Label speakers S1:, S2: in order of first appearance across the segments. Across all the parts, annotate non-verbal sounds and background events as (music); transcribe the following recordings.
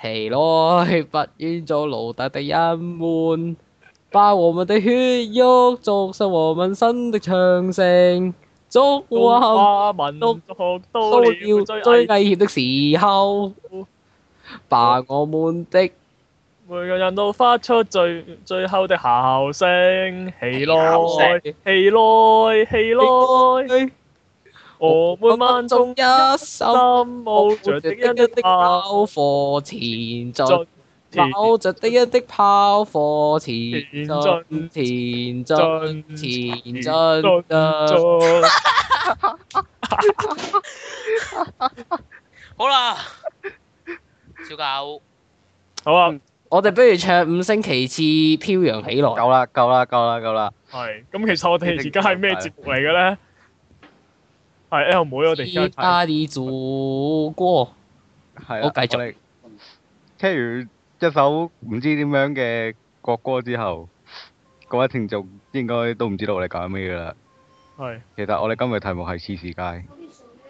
S1: 起来，不愿做奴隶的人们，把我们的血肉做成我们新的长城。中华
S2: 中華民族
S1: 都
S2: 都
S1: 要
S2: 了
S1: 最
S2: 最危
S1: 危险的時候，把我們的
S2: 每個人都發出最最後的吼聲，起來，起來，起來！我們萬眾一
S1: 一心，
S2: 心冒着敵人的
S1: 的
S2: 炮
S1: 炮火前進，
S2: 進，前
S1: 冒着敵人的炮火前進，前進，前
S2: 進
S1: 進，
S2: 進
S1: (laughs)
S3: 好啦，小狗，
S2: 好啊，
S1: 我哋不如唱五星旗幟飄揚起來。
S4: 夠啦，夠啦，夠啦，夠啦！
S2: 係。咁其實我哋而家係咩節目嚟嘅咧？係 L 妹，我哋而
S1: 意
S2: 家係
S1: 大利祖國，
S4: 係
S1: 好
S4: 啦，
S1: 繼續
S4: 我哋聽完一首唔知點樣嘅國歌之後，各位聽眾應該都唔知道我哋講緊咩㗎啦。
S2: 係
S4: 其實我哋今日題目係黐士街。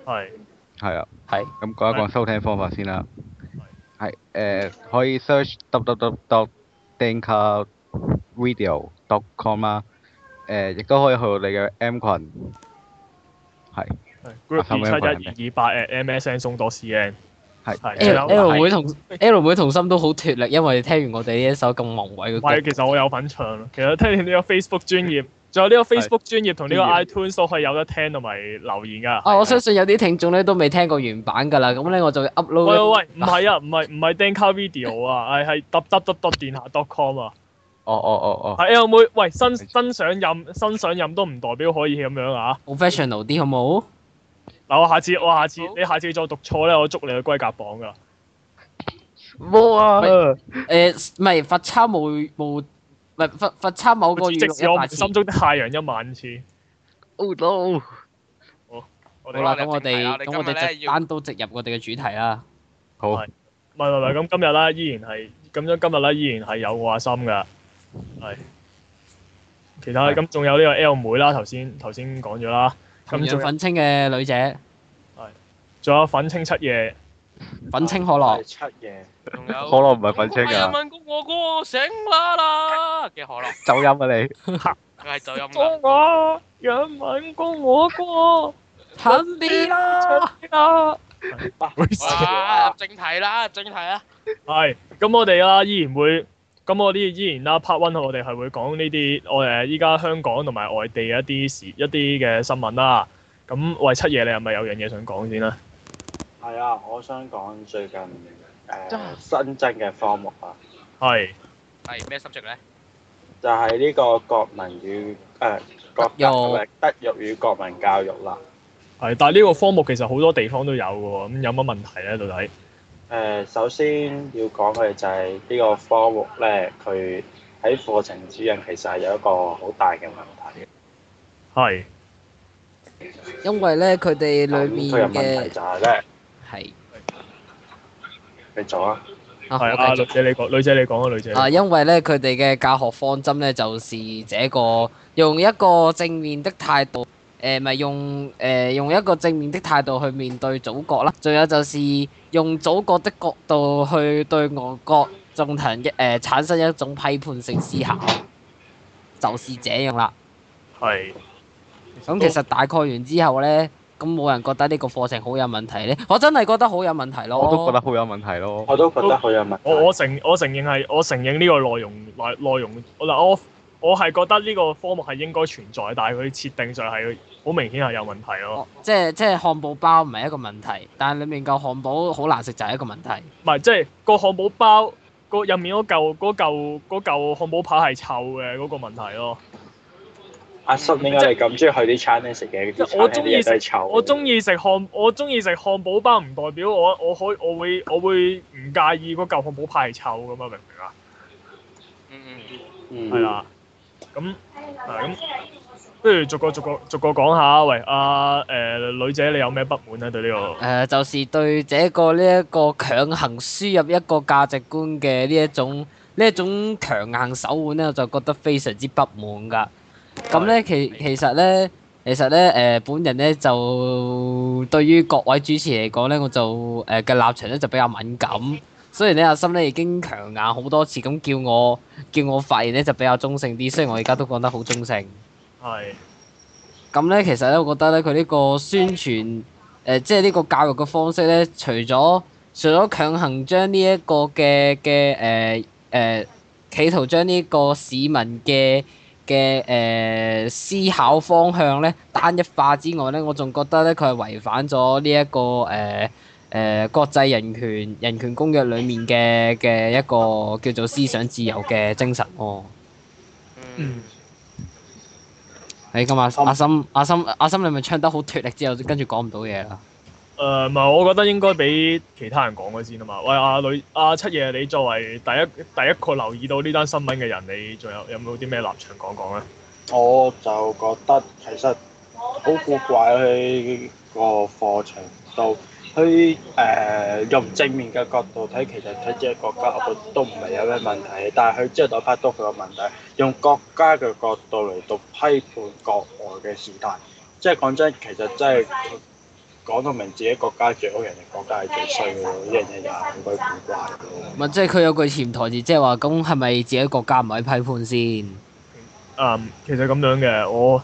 S2: 係
S4: 係啊，
S1: 係
S4: 咁講一講收聽方法先啦。係誒、可以 search www.dinkavideo.com 啦。誒、亦都可以去我哋嘅 M 群。係
S2: 係 group 二七一二二八 at MSN 松多 CN
S4: 係
S2: 係
S1: L
S2: 最後
S1: L
S2: 係
S1: 妹同 L 妹同心都好脱力，因為聽完我哋呢一首咁宏偉嘅
S2: 唔
S1: 歌
S2: 係，。其實我有份唱。其實聽完呢個 Facebook 專業，仲有呢個 Facebook 專業同呢個
S4: 專業
S2: iTunes 都可以有得聽同埋留言㗎。
S1: 啊！我相信有啲聽眾咧都未聽過原版㗎啦，咁咧我就
S2: 喂
S1: upload
S2: 喂
S1: 一
S2: 喂，唔係啊，唔係唔係 Denka Video 啊，係係 d w w 電下 .com 啊。
S4: 哦哦哦哦，
S2: 係 L 妹，喂新新上任新上任都唔代表可以咁樣啊。
S1: professional 啲好冇？
S2: 嗱，我下次我下次
S3: 好
S2: 你下次再讀錯咧，我捉你去龜甲榜㗎。
S4: 冇啊！
S1: 誒唔係罰抄冇冇，唔係罰罰抄某個語
S2: 即使
S1: 錄
S2: 我
S1: 一百
S2: 們
S1: 次。
S2: 心中的太陽一萬次。
S4: Oh no！
S2: 我
S1: 好
S2: 哋
S1: 啦，
S3: 你
S1: 咁我
S3: 正題
S1: 哋
S3: 啦你
S1: 咁我
S3: 今日
S1: 哋
S3: 咧
S1: 直
S3: 要
S1: 單刀直入我哋嘅主題啦。
S4: 好，
S2: 係
S1: 嗯
S2: 唔係唔係，咁今日啦，依然係咁樣，今日啦，依然係有我阿心噶，係。其他
S4: 係
S2: 咁仲有呢個 L 妹啦，頭先頭先講咗啦，
S1: 同
S2: 咁仲
S1: 樣
S2: 有
S1: 粉青嘅女仔，
S2: 仲有粉青七夜，
S1: 粉青可樂，
S5: 七嘢，
S3: 仲
S4: (laughs)
S3: 有
S4: 可樂唔係粉青
S3: 哎呀
S4: 㗎，
S3: 問過我歌醒啦啦嘅可樂，
S4: 走音啊你！
S3: 佢係走音㗎。
S2: 當我仰吻過我歌，
S1: 粉啲啦！
S2: 啊，
S3: 哇！入正題啦，入正題啦。
S2: (laughs) 係咁我哋啦，依然會咁我啲依然啦，part one 我哋係會講呢啲我誒依家香港同埋外地嘅一啲時一啲嘅新聞啦。咁喂七夜，你係咪有樣嘢想講先啊啦？
S5: 係啊！我想講最近誒、呃新增嘅科目啊，
S2: 係
S3: 係咩 subject 咧？
S5: 就係、呢個國民與誒、呃、國
S1: 德育
S5: 德德育與國民教育啦。
S2: 係，但係呢個科目其實好多地方都有嘅喎，咁有乜問題咧？到底？
S5: 誒、首先要講嘅就係呢個科目咧，佢喺課程指引其實係有一個好大嘅問題嘅。
S2: 係
S1: 因為咧佢哋裏
S5: 啊咁
S1: 面
S5: 佢嘅問
S1: 嘅
S5: 題就係咧，
S1: 係
S5: 你做啊，
S1: 啊，
S2: 係
S1: 我
S2: 啊，
S1: 繼
S2: 女
S1: 續
S2: 仔你講，女仔你講啊，女仔
S1: 啊，因為咧佢哋嘅教學方針咧就是這個用一個正面的態度，誒咪用誒、用一個正面的態度去面對祖國啦，仲有就是用祖國的角度去對外國進行一誒、產生一種批判性思考，就是這樣啦。
S2: 係
S1: 咁
S4: 哦
S1: 其實大概完之後咧，咁冇人覺得呢個課程好有問題咧，我真係覺得好有問題咯。
S4: 我都覺得好有問題咯。
S5: 我都覺得好有問題。
S2: 我我承我承認係我承認呢個內容內內容嗱我我係覺得呢個科目係應該存在，但係佢設定上係好明顯係有問題咯。
S1: 哦即係即係漢堡包唔係一個問題，但係裡面嚿漢堡好難食就係一個問題。
S2: 唔係即係個漢堡包個入面嗰嚿嗰嚿嗰嚿漢堡扒係臭嘅嗰個問題咯。
S5: 阿叔點解你咁中意去啲餐廳食嘢？啲餐
S2: 我
S5: 廳
S2: 中
S5: 啲
S2: 意
S5: 嘢
S2: 食
S5: 都係臭。
S2: 我中意食漢我中意食漢堡包，唔代表我我可我會我會唔介意嗰嚿漢堡扒係臭噶嘛？明唔明啊？
S3: 嗯嗯。
S5: 嗯
S2: 係啦，咁。不如逐個逐個逐個講下，喂，阿、誒、女仔，你有咩不滿咧？對呢、
S1: 誒、呃就是對這個呢一個強行輸入一個價值觀嘅呢一種呢一種強硬手腕咧，我就覺得非常之不滿噶。咁咧，其其實咧，其實咧，誒、本人咧呃就對於各位主持嚟講咧，我就誒嘅、立場咧就比較敏感，雖然咧阿心咧已經強硬好多次咁叫我叫我發言咧就比較中性啲，雖然我而家都講得好中性。
S2: 係
S1: 咁咧，其實咧，我覺得咧，佢呢個宣傳誒、呃即係呢個教育嘅方式咧，除咗除咗強行將呢一個嘅嘅誒誒，企圖將呢個市民嘅嘅誒思考方向咧單一化之外咧，我仲覺得咧佢係違反咗呢一個誒誒、呃國際人權人權公約裡面嘅嘅一個叫做思想自由嘅精神喎、
S3: 嗯，
S1: 你今日阿心阿心阿心，你咪唱得好脱力之後，跟住講唔到嘢啊啦。
S2: 誒，唔係我覺得應該俾其他人講咗先啊嘛。喂，阿女阿七爺，你作為第一第一個留意到呢單新聞嘅人，你仲有有冇啲咩立場講講咧？
S5: 我就覺得其實好古怪佢個課程度，佢誒、呃用正面嘅角度睇，其實睇自己國家我覺得都唔係有咩問題，但係佢之後就拍到佢個問題，用國家嘅角度嚟到批判國外嘅事態，即係講真，其實真係講到明自己國家最好，人哋國家係最衰嘅咯，呢樣嘢又係好鬼古怪嘅
S1: 唔係，即係佢有句潛台詞，即係話咁係咪自己國家唔可以批判先？
S2: 嗯，其實咁樣嘅，我誒、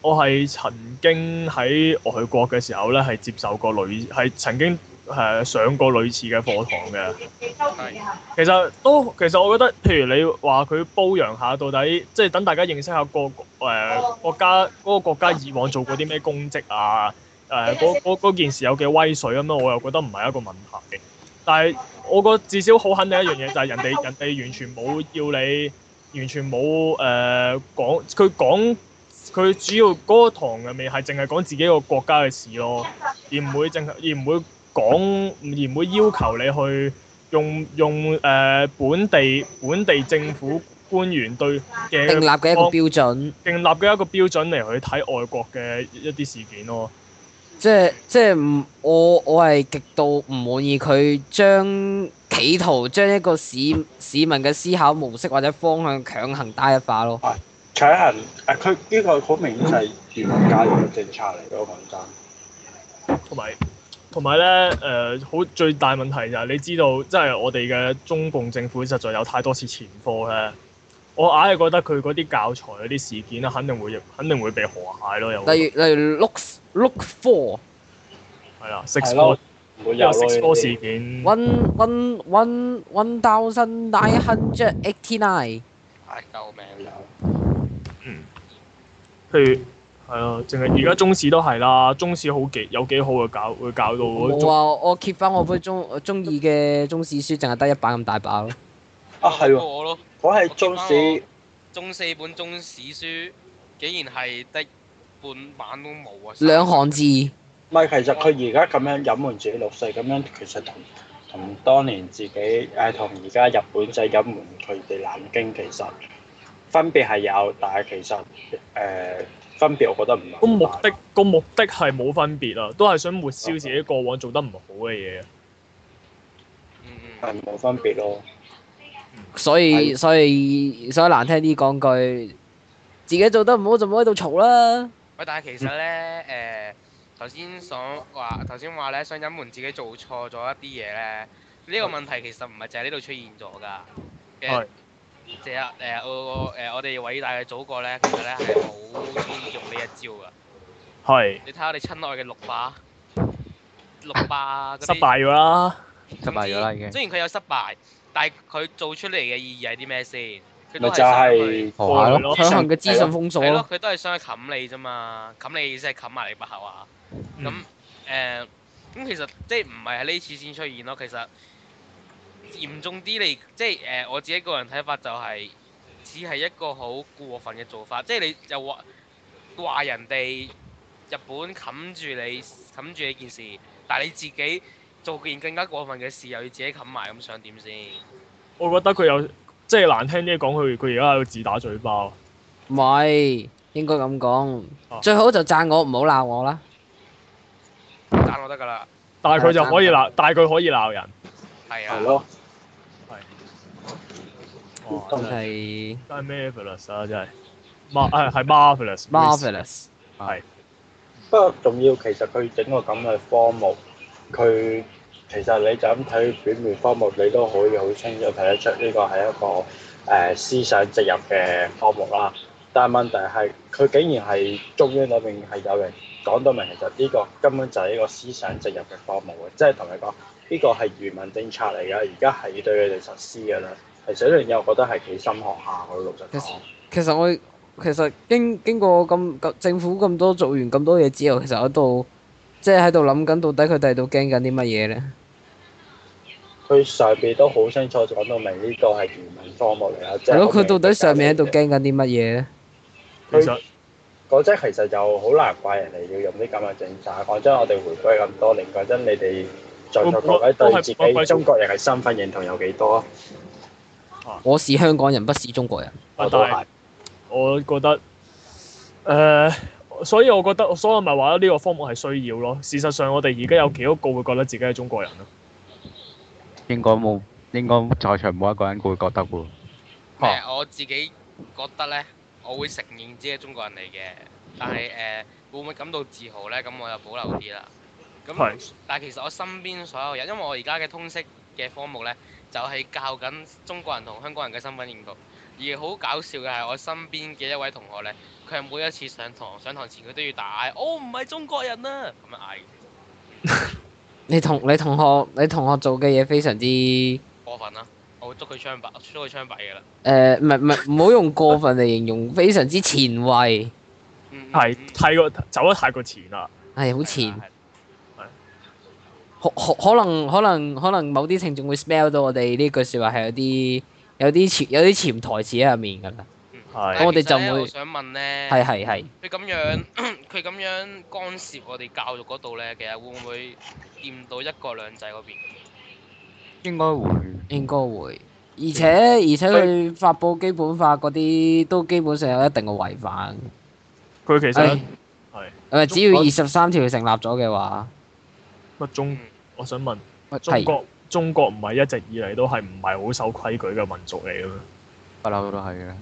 S2: 我係曾經喺外國嘅時候咧，係接受過類係曾經誒、上過類似嘅課堂嘅。
S3: 係
S2: 其實都其實我覺得，譬如你話佢褒揚下，到底即係等大家認識下個誒、國家嗰、個國家以往做過啲咩功績啊？誒嗰嗰嗰件事有幾威水咁樣，我又覺得唔係一個問題。但係我覺得至少好肯定一樣嘢就係人哋人哋完全冇要你，完全冇誒、講佢講佢主要嗰個堂入面係淨係講自己個國家嘅事咯，而唔會淨係而唔會講而唔會要求你去。用用誒、呃本地本地政府官員對嘅
S1: 定立嘅一個標準，
S2: 定立嘅一個標準嚟去睇外國嘅一啲事件咯。
S1: 即係即係唔我我係極度唔滿意佢將企圖將一個市市民嘅思考模式或者方向強行單一化咯。
S5: 強行誒，呃佢呢個好明顯係言論教育嘅政策嚟咯，講真。
S2: 同埋同埋咧誒，好、最大問題就係你知道，即係我哋嘅中共政府實在有太多次前科咧。我硬係覺得佢嗰啲教材嗰啲事件咧，肯定會肯定會被河蟹咯，有
S1: 例如例如 look look for
S2: 係啦，six four
S5: 係咯唔會
S2: 因
S5: 有
S2: 為
S5: 咯
S2: six
S5: 呢
S2: four
S5: 啲
S2: 事件
S1: one one one one thousand nine hundred eighty nine。
S3: 唉，救命！
S2: 譬如係啊，淨係而家中史都係啦，中史好幾有幾好嘅教，會教到嗰
S1: 冇
S2: 種
S1: 啊！我揭翻我本中我中意嘅中史書，淨係得一版咁大把咯。
S5: 啊，係喎，
S3: 我咯，
S5: 講起中
S3: 哦
S5: 史，
S3: 中四本中史書，竟然係得半版都冇啊！
S1: 兩行字，
S5: 唔係其實佢而家咁樣隱瞞自己六四咁樣，其實同同當年自己誒同而家日本仔隱瞞佢哋南京其實分別係有，但係其實誒、呃分別我覺得唔係
S2: 個目
S5: 好大
S2: 的個目的係冇分別啊，都係想抹消自己過往做得唔好嘅嘢。
S3: 嗯，嗯
S5: 係冇分別咯。
S1: 所以所以所以難聽啲講句，自己做得唔好就唔好喺度嘈啦。
S3: 喂，但係其實咧，誒頭先想話頭先話咧，想隱瞞自己做錯咗一啲嘢咧，呢個問題其實唔係就係呢度出現咗㗎。
S2: 係
S3: 嘅，即係誒我我誒我哋偉大嘅祖國咧，其實咧係好中意用呢一招㗎。
S2: 係
S3: 你睇下我哋親愛嘅綠霸，綠霸嗰
S2: 失
S3: 啲
S2: 敗咗啦，
S3: 總之
S1: 失敗咗啦已經
S3: 雖然佢有失敗，但係佢做出嚟嘅意義係啲咩先？佢
S5: 咪
S3: 都
S5: 就
S3: 係想去
S5: 係
S4: 哦
S2: 河蟹咯
S1: 強行嘅資訊封鎖
S3: 係咯
S1: 咯，，
S3: 佢都係想去冚你啫嘛，冚你意思係冚埋你把口啊。咁
S2: 嗯
S3: 誒，咁其實即係唔係喺呢次先出現咯，其實嚴重啲嚟，即係誒我自己個人睇法就係，只係一個好過分嘅做法，即係你又話話人哋日本冚住你冚住你件事，但係你自己做件更加過分嘅事，又要自己冚埋，咁想點先？
S2: 我覺得佢有即係難聽啲講，佢佢而家喺度自打嘴巴。
S1: 唔係應該咁講
S2: 哦，
S1: 最好就讚我，唔好鬧我啦。
S3: 爭我得㗎啦，
S2: 但係佢就可以鬧，但係佢可以鬧人。
S3: 係
S5: 係
S3: 啊，
S5: 咯，
S2: 哇！哦真
S1: 真
S2: 係
S1: 係
S2: 真係 marvelous 啊！真係 mar 誒係 marvelous
S1: marvelous。
S2: 係
S5: 不過仲要其實佢整個咁嘅科目，佢其實你就咁睇表面科目，你都可以好清楚睇得出呢個係一個誒、呃思想植入嘅科目啦。但係問題係，佢竟然係中英裏面係有人講到明，其實呢個根本就係一個思想植入嘅科目嘅，即係同你講，呢、個係愚民政策嚟㗎，而家係對佢哋實施㗎啦。其實呢樣嘢我覺得係幾深學下嘅，老實
S1: 其
S5: 講
S1: 實。其實我其實經經過咁咁政府咁多做完咁多嘢之後，其實喺度即係喺度諗緊到底佢哋喺度驚緊啲乜嘢咧？
S5: 佢上邊都好清楚講到明呢個係愚民科目嚟啊啦。即
S1: 係
S5: 係
S1: 咯，佢到底上面喺度
S5: 嘅。
S1: 驚緊啲乜嘢咧？
S2: 其實啊
S5: 講真，其實就好難怪人哋要用啲咁嘅政策。講真，我哋回歸咁多年，講真，你哋在座各位對自己中國人嘅身份認同有幾多？
S1: 我是香港人，不是中國人。
S5: 我
S2: 但
S5: 都
S2: 係。
S5: 係。
S2: 我覺得誒、呃所以我覺得，所以我咪話呢個科目係需要咯。事實上，我哋而家有幾多個會覺得自己係中國人啊？
S4: 應該冇，應該在場冇一個人會覺得喎。
S2: 嚇
S3: 誒、我自己覺得咧，我會承認自己係中國人嚟嘅，但係誒、會唔會感到自豪咧？咁我就保留啲啦。咁
S2: 係
S3: 但係其實我身邊所有人，因為我而家嘅通識嘅科目咧，就係、教緊中國人同香港人嘅身份認同。而好搞笑嘅係，我身邊嘅一位同學咧，佢係每一次上堂上堂前佢都要大嗌：我唔係中國人啊！咁樣嗌
S1: 你同你同學你同學做嘅嘢非常之誒，
S3: 過分啦，我會捉佢槍斃，捉佢槍斃嘅啦。
S1: 呃唔係唔係，唔好用過分嚟形容， (laughs) 非常之前衛，
S3: 嗯，嗯
S2: 係太過走得太過前啦。
S1: 係好前。。
S2: 啊
S3: 嗯
S1: 可可可能可能可能某啲聽眾會 smell 到我哋呢句説話係有啲有啲潛有啲潛台詞喺入面㗎啦。
S3: 嗯
S2: 係
S3: 但
S1: 我哋
S3: 其實
S1: 就
S3: 呢
S1: 會
S3: 我想問咧，
S1: 係係係，
S3: 佢咁樣 (clears throat) 佢咁樣干涉我哋教育嗰度咧，其實會唔會掂到一國兩制嗰邊？
S4: 應該會。
S1: 應該會。而且
S2: 嗯
S1: 而且佢發布基本法嗰啲都基本上有一定嘅違反。
S2: 佢其實
S1: 唉誒，
S2: 係
S1: 只要
S2: 中
S1: 二十三條成立咗嘅話，
S2: 乜中？我想問
S1: 喂嗯
S2: 中
S1: 係
S2: 國中國唔係一直以嚟都係唔係好守規矩嘅民族嚟嘅咩？
S4: 不嬲都係嘅。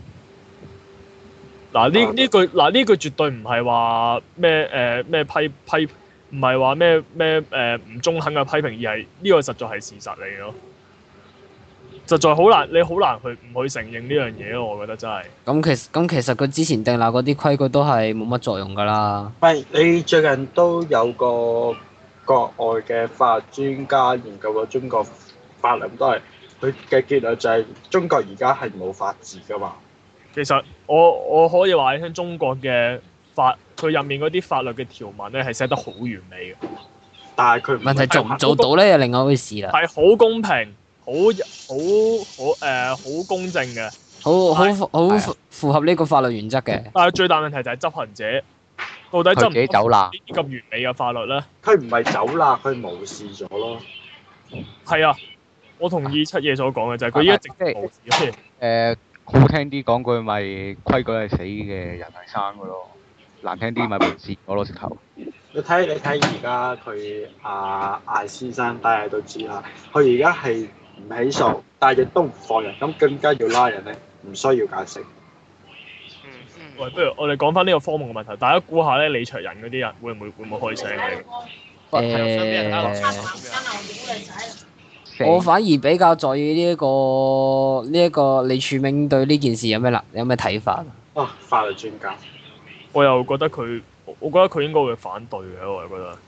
S2: 嗱呢
S5: 啊
S2: 呢句嗱呢句絕對唔係話咩誒咩批批，唔係話咩咩誒唔中肯嘅批評，而係呢個實在係事實嚟咯。實在好難，你好難去唔去承認呢樣嘢咯，我覺得真係。
S1: 咁其實咁其實佢之前訂立嗰啲規矩都係冇乜作用㗎啦。
S5: 唔係你最近都有個國外嘅法律專家研究過中國法律，都係佢嘅結論就係中國而家係冇法治噶嘛。
S2: 其實我我可以話你聽，中國嘅法佢入面嗰啲法律嘅條文咧係寫得好完美嘅，
S5: 但係佢唔
S1: 問題
S5: 係
S1: 做唔做到咧，又另外一回事啦。
S2: 係好公平、好好好誒好公正嘅。
S1: 好好
S2: 係
S1: 好符符合呢個法律原則嘅。
S2: 但係最大問題就係執行者到底執
S4: 佢
S2: 唔
S4: 自己
S2: 執
S4: 走啦。
S2: 呢啲咁完美嘅法律咧？
S5: 佢唔係走啦，佢無視咗咯。
S2: 係啊，我同意七夜所講嘅就係佢一直
S4: 即係
S2: 無視，
S4: 誒，好聽啲講句咪規矩係死嘅，人係生嘅咯。難聽啲咪無視我咯，直頭。
S5: 你睇你睇而家佢阿艾先生低喺度知啦，佢而家係唔起訴，但係亦都唔放人，咁更加要拉人咧，唔需要解釋。
S3: 嗯
S2: 喂，
S3: 嗯，
S2: 不如我哋講翻呢個科目嘅問題，大家估下咧李卓人嗰啲人會唔會會唔會開聲咧？
S3: 想俾人打落
S1: 誒。
S6: 誒，
S1: 我反而比較在意呢、一個呢一、個李柱銘對呢件事有咩立有咩睇法？
S5: 啊，法律專家，
S2: 我又覺得佢，我我覺得佢應該會反對嘅，我又覺得。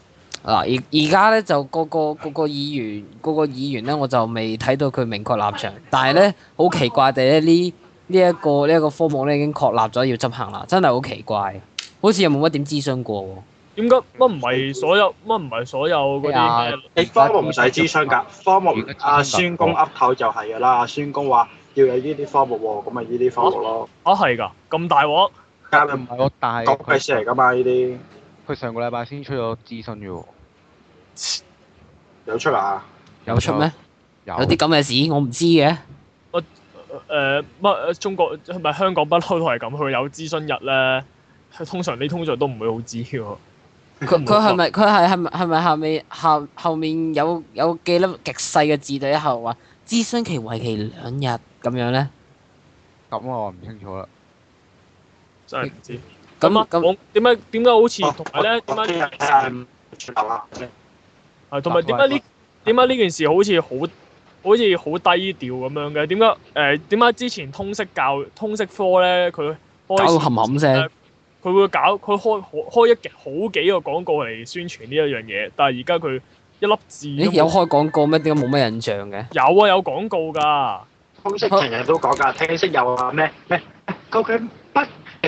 S1: 嗱，而而家咧就個個個個議員個個議員咧，我就未睇到佢明確立場，但係咧好奇怪地咧呢呢一個呢一、個科目咧已經確立咗要執行啦，真係好奇怪，好似又冇乜點諮詢過喎。
S2: 點解乜唔係所有乜唔係所有嗰啲
S4: 啊
S2: 咩
S5: 你科目唔使諮詢㗎，科目
S4: 而家諮詢
S5: 阿
S4: 㗎
S5: 孫公噏頭就係㗎啦，阿孫公話要有呢啲科目喎，咁咪呢啲科目咯，
S2: 啊係㗎，咁大鑊
S5: 加
S4: 唔
S5: 咪
S4: 係我，但係
S5: 講鬼事
S4: 佢
S5: 嚟㗎嘛？呢啲
S4: 佢上個禮拜先出咗諮詢嘅喎。
S5: 有出啊？
S1: 有出咩？？
S4: 有
S1: 有啲咁嘅事我唔知嘅。
S2: 誒乜中國係咪香港不嬲都係咁？佢有諮詢日咧，通常你通常都唔會好知喎。
S1: 佢佢係咪佢係係咪係咪下面後後面有有幾粒極細嘅字底後話諮詢期為期兩日咁樣咧？
S4: 咁我唔清楚啦。
S2: 真係唔知。
S1: 咁
S2: 咁啊，
S1: 咁
S2: 我點解點解好似
S5: 哦
S2: 同埋咧？點
S5: 我
S2: 解
S5: 聽嗯日睇下有冇出啊？
S2: 係同埋點解呢？點解呢件事好似好好似好低調咁樣嘅？點解誒點解之前通識教通識科咧佢開
S1: 搞到
S2: 始
S1: 冚冚聲，
S2: 佢會搞佢開開一幾好幾個廣告嚟宣傳呢一樣嘢，但係而家佢一粒字
S1: 咦
S2: 都
S1: 有
S2: 冇
S1: 開廣告咩？點解冇咩印象嘅？
S2: 有啊有廣告㗎。
S5: 通識成日都講㗎，聽識又話咩咩？究竟北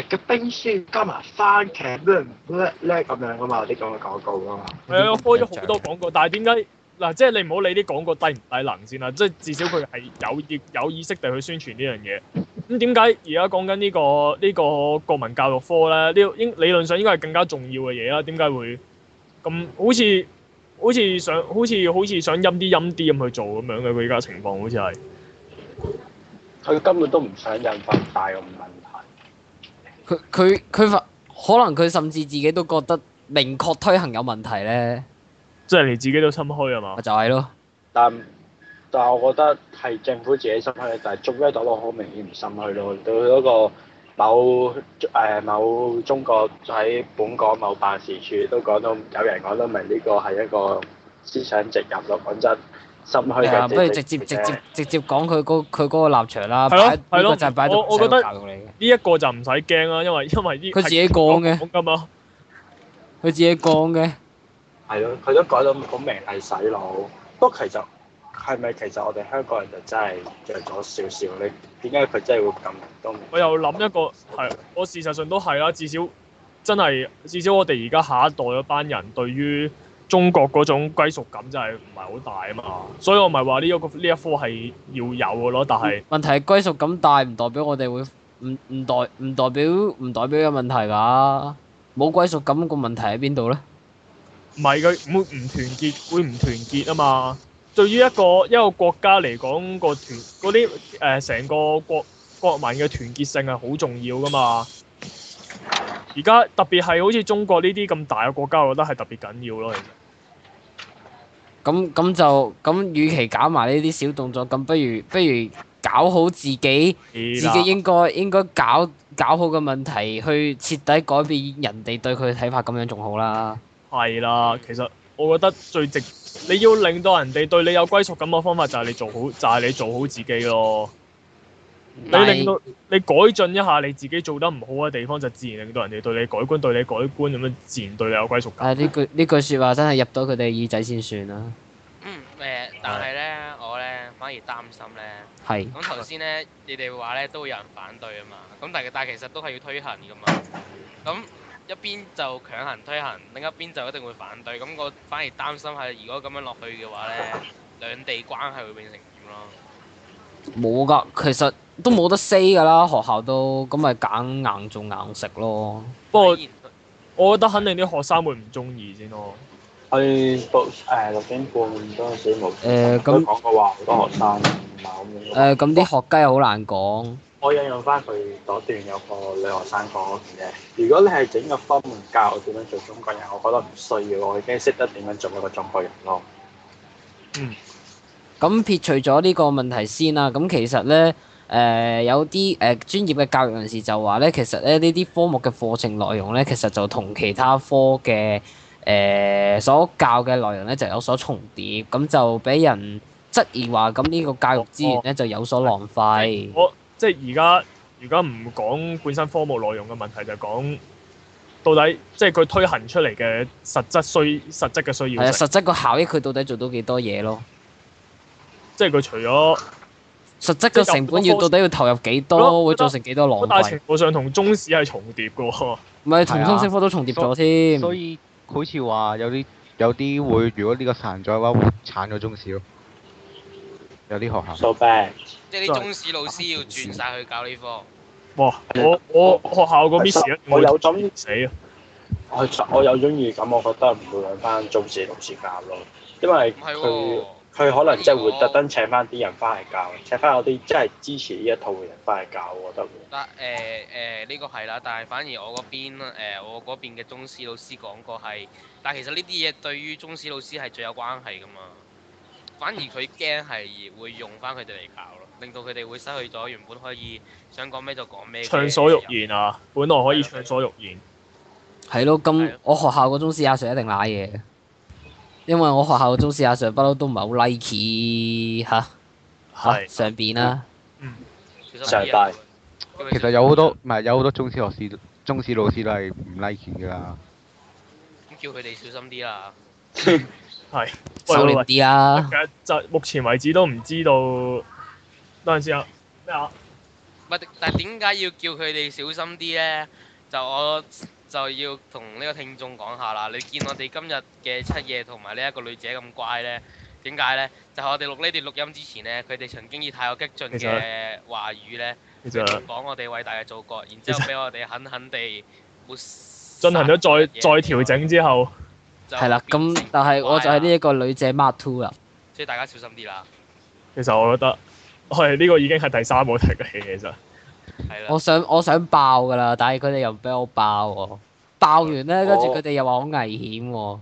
S5: 極嘅冰書加埋番茄 work 唔 work 咧？咁樣噶嘛，啲咁嘅廣告噶嘛。
S2: 係啊，開咗好多廣告，但係點解嗱？即係你唔好理啲廣告低唔低能先啦，即係至少佢係有意有意識地去宣傳呢樣嘢。咁點解而家講緊呢個呢、個國民教育科咧？呢個應理論上應該係更加重要嘅嘢啊啦。點解會咁好似好似想好似好似想陰啲陰啲咁去做咁樣嘅？佢而家情況好似係
S5: 佢根本都唔想引發大嘅問題。
S1: 佢佢佢發可能佢甚至自己都覺得明確推行有問題咧，
S2: 即係你自己都心虛啊嘛
S1: 咪？就係咯。
S5: 但但係我覺得係政府自己心虛，但係中央黨我好明顯唔心虛咯。對嗰個某誒、呃某中國喺本港某辦事處都講到，有人講到明呢個係一個思想植入咯。講真，心虛
S1: 係
S5: 嘅
S1: 啊，不如直接
S5: 政
S1: 直
S5: 治
S1: 接直接講佢嗰佢嗰個立場啦。
S2: 係咯
S1: 擺
S2: 係咯
S1: 呢個就係擺到
S2: 我我覺得
S1: 教育嚟嘅。
S2: 呢一個就唔使驚啦，因為因為呢
S1: 佢自己講嘅
S2: 係㗎嘛。
S1: 佢自己講嘅，
S5: 係咯，佢都講到好明係洗腦。不過其實係咪其實我哋香港人就真係着咗少少咧？點解佢真係會咁都明？
S2: 我又諗一個係，我事實上都係啦，至少真係至少我哋而家下一代嗰班人對於中國嗰種歸屬感真係唔係好大啊嘛，所以我咪話呢一個呢一科係要有嘅咯，但係
S1: 問題係歸屬感大唔代表我哋會唔唔代唔代表唔代表有問題㗎。冇歸屬感個問題喺邊度咧？
S2: 唔係佢會唔團結，會唔團結啊嘛。對於一個一個國家嚟講，個團嗰啲誒成個國國民嘅團結性係好重要噶嘛。而家特別係好似中國呢啲咁大嘅國家，我覺得係特別緊要咯，其實。
S1: 咁咁就咁，與其搞埋呢啲小動作，咁不如不如搞好自己，自己應該應該搞搞好嘅問題，去徹底改變人哋對佢嘅睇法，咁樣仲好啦。
S2: 係啦，其實我覺得最直，你要令到人哋對你有歸屬感嘅方法就係你做好，就係、你做好自己咯。你
S1: 但係
S2: 令到你改進一下你自己做得唔好嘅地方，就自然令到人哋對你改觀，對你改觀咁樣，自然對你有歸屬感。
S1: 但係呢句呢句説話真係入到佢哋耳仔先算啦。
S3: 嗯誒，但係咧，我咧反而擔心咧。
S1: 係
S3: 咁頭先咧，你哋話咧都會有人反對啊嘛。咁但係但係其實都係要推行噶嘛。咁一邊就強行推行，另一邊就一定會反對。咁我反而擔心係如果咁樣落去嘅話咧，兩地關係會變成點咯？
S1: 冇㗎，其實都冇得 say 㗎啦，學校都咁咪揀硬做硬食咯。
S2: 不過
S3: 反而
S2: 我覺得肯定啲學生會唔中意先咯。
S7: 去到誒六點半嗰陣時冇
S1: 誒咁
S7: 佢講過話好多學生唔係好明
S1: 誒咁啲學雞好難講。
S5: 我引用翻佢嗰段有個女學生講嗰段嘢，如果你係整個科門教我點樣做中國人，我覺得唔需要，我已經識得點樣做一個中國人咯。
S1: 咁撇除咗呢個問題先啦，咁其實咧，誒、有啲誒、專業嘅教育人士就話咧，其實咧呢啲科目嘅課程內容咧，其實就同其他科嘅誒、所教嘅內容咧就有所重疊，咁就俾人質疑話咁呢個教育資源咧就有所浪費。
S2: 我即係而家而家唔講本身科目內容嘅問題，就講到底即係佢推行出嚟嘅實質需實質嘅需
S1: 係啊，
S2: 要性，
S1: 實質個效益佢到底做到幾多嘢咯？
S2: 即係佢除咗
S1: 實質個成本要到底要投入幾多，會造成幾多浪
S2: 好大啊程
S1: 費？
S2: 度上同中史係重疊嘅喎。
S1: 唔係同通識科都重疊咗添。
S4: 所以好似話有啲有啲會，如果呢個殘咗嘅話，會殘咗中史咯。有啲學校
S5: So bad，
S3: 即係啲中史老師要轉晒去教呢科。
S2: 哇！我我學校個 miss 一定
S5: 嗯我
S2: 會
S5: 有種
S2: 死啊！
S5: 我我有種預感，我覺得唔會揾翻中史老師教咯，因為
S3: 唔係
S5: 佢
S3: 喎。
S2: 啊
S5: 佢可能真係會特登請翻啲人翻嚟教，請翻嗰啲真係支持呢一套嘅人翻嚟教，我覺得會。
S3: 嗱誒誒呃呢個係啦，但係反而我嗰邊、呃、我嗰邊嘅中史老師講過係，但係其實呢啲嘢對於中史老師係最有關係噶嘛。反而佢驚係會用翻佢哋嚟搞咯，令到佢哋會失去咗原本可以想講咩就講咩嘅
S2: 暢所欲言啊！本來可以暢所欲言，
S1: 係咯，
S3: 係
S1: 咁
S3: 咯
S1: 我學校嗰中史阿 Sir 一定賴嘢嘅，因為我學校中史阿 Sir 不嬲都唔係好 like 嚇嚇
S2: 係
S1: 上邊啦，
S8: 上大
S4: 其實有好多唔係有好多中史學師、中史老師都係唔 like 㗎啦。
S3: 咁叫佢哋小心啲啊啦。
S2: 喂
S1: 收
S2: 喂
S1: 斂
S2: 喂，
S1: 啲啊
S2: 其！實就目前為止都唔知道。等陣先啊，咩啊？
S3: 唔係，但係點解要叫佢哋小心啲咧？就我就要同呢個聽眾講下啦。你見我哋今日嘅七夜同埋呢一個女仔咁乖咧，點解咧？就係、我哋錄呢段錄音之前咧，佢哋曾經以太過激進
S2: 其
S3: 嘅話語咧，
S2: 其
S3: 就
S2: 實
S3: 講我哋偉大嘅祖國，然之後俾我哋狠狠地抹進
S2: 進行咗再再調，整之後，
S1: 係啦，咁但係我就係呢一個女仔 Mark Two 啦，
S3: 所以大家小心啲啦，
S2: 其實我覺得係呢個已經係第三個踢嘅戲，其實
S3: 係啊
S1: 我
S3: 啦。
S1: 想我想爆㗎啦，但係佢哋又唔俾我爆喎，爆完咧跟住
S8: 哦
S1: 佢哋又話好危險喎。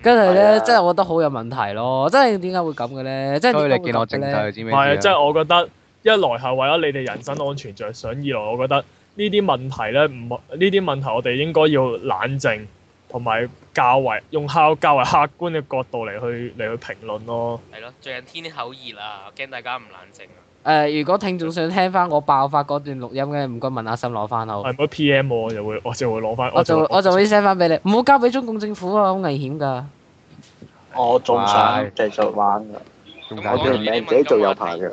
S1: 跟住咧，
S8: 係啊
S1: 真係我覺得好有問題咯！真係點解會咁嘅咧？真係
S4: 所以
S1: 點
S4: 你
S1: 解會
S4: 見我
S1: 咁
S4: 靜
S1: 嘅
S4: 晒
S1: 咧？
S4: 就知
S2: 唔
S4: 咩
S2: 係啊
S4: 事啊
S2: 即
S4: 啦。
S2: 係我覺得一來係為咗你哋人身安全着想，二來我覺得呢啲問題咧唔呢啲問題我哋應該要冷靜，同埋較為用較較為客觀嘅角度嚟去嚟去評論咯。
S3: 係咯，最近天口熱啊，驚大家唔冷靜啊。
S1: 誒、如果聽眾想聽翻我爆發嗰段錄音嘅，唔該問阿心攞翻好。
S2: 係唔好 P.M 我我就會我就會攞翻
S1: 我就我就會 send 翻俾你，唔好交俾中共政府啊，好危險㗎。
S5: 我仲想
S4: 喂
S5: 繼續玩㗎。
S4: 仲
S3: 我
S5: 啊
S4: 搞
S8: 我
S3: 哋
S8: 條
S4: 啲
S8: 命自己做有排嘅，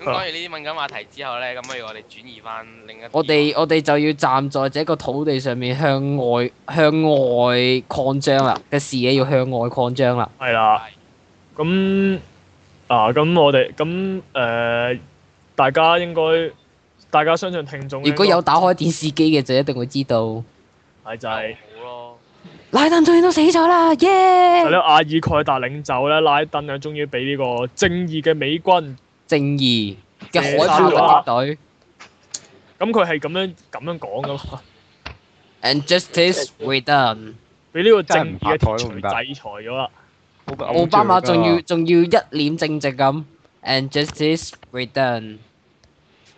S3: 咁講完呢啲敏感話題之後咧，咁不如我哋轉移翻另一啲
S1: 我哋我哋就要站在這個土地上面向外向外擴張啦，嘅視野要向外擴張啦。
S2: 係啦。咁啊，咁我哋咁誒，大家應該大家相信聽眾應該。
S1: 如果有打開電視機嘅，就一定會知道
S2: 係就係、
S3: 好咯，
S1: 拉登最都死咗啦，耶
S2: 係！咧，阿爾蓋達領袖咧，拉登啊，終於俾呢個正義嘅美軍，
S1: 正義嘅海豹特警隊
S2: 咁佢係咁樣咁樣講噶嘛，
S1: ，and justice we done。
S2: 俾呢個
S4: 真係
S2: 正
S4: 唔
S2: 義
S4: 拍
S2: 嘅
S4: 台
S2: 鐵
S4: 都唔
S2: 錘
S4: 得
S2: 制裁咗啦。
S1: 奧巴馬仲要仲要一臉正直咁，and justice we done。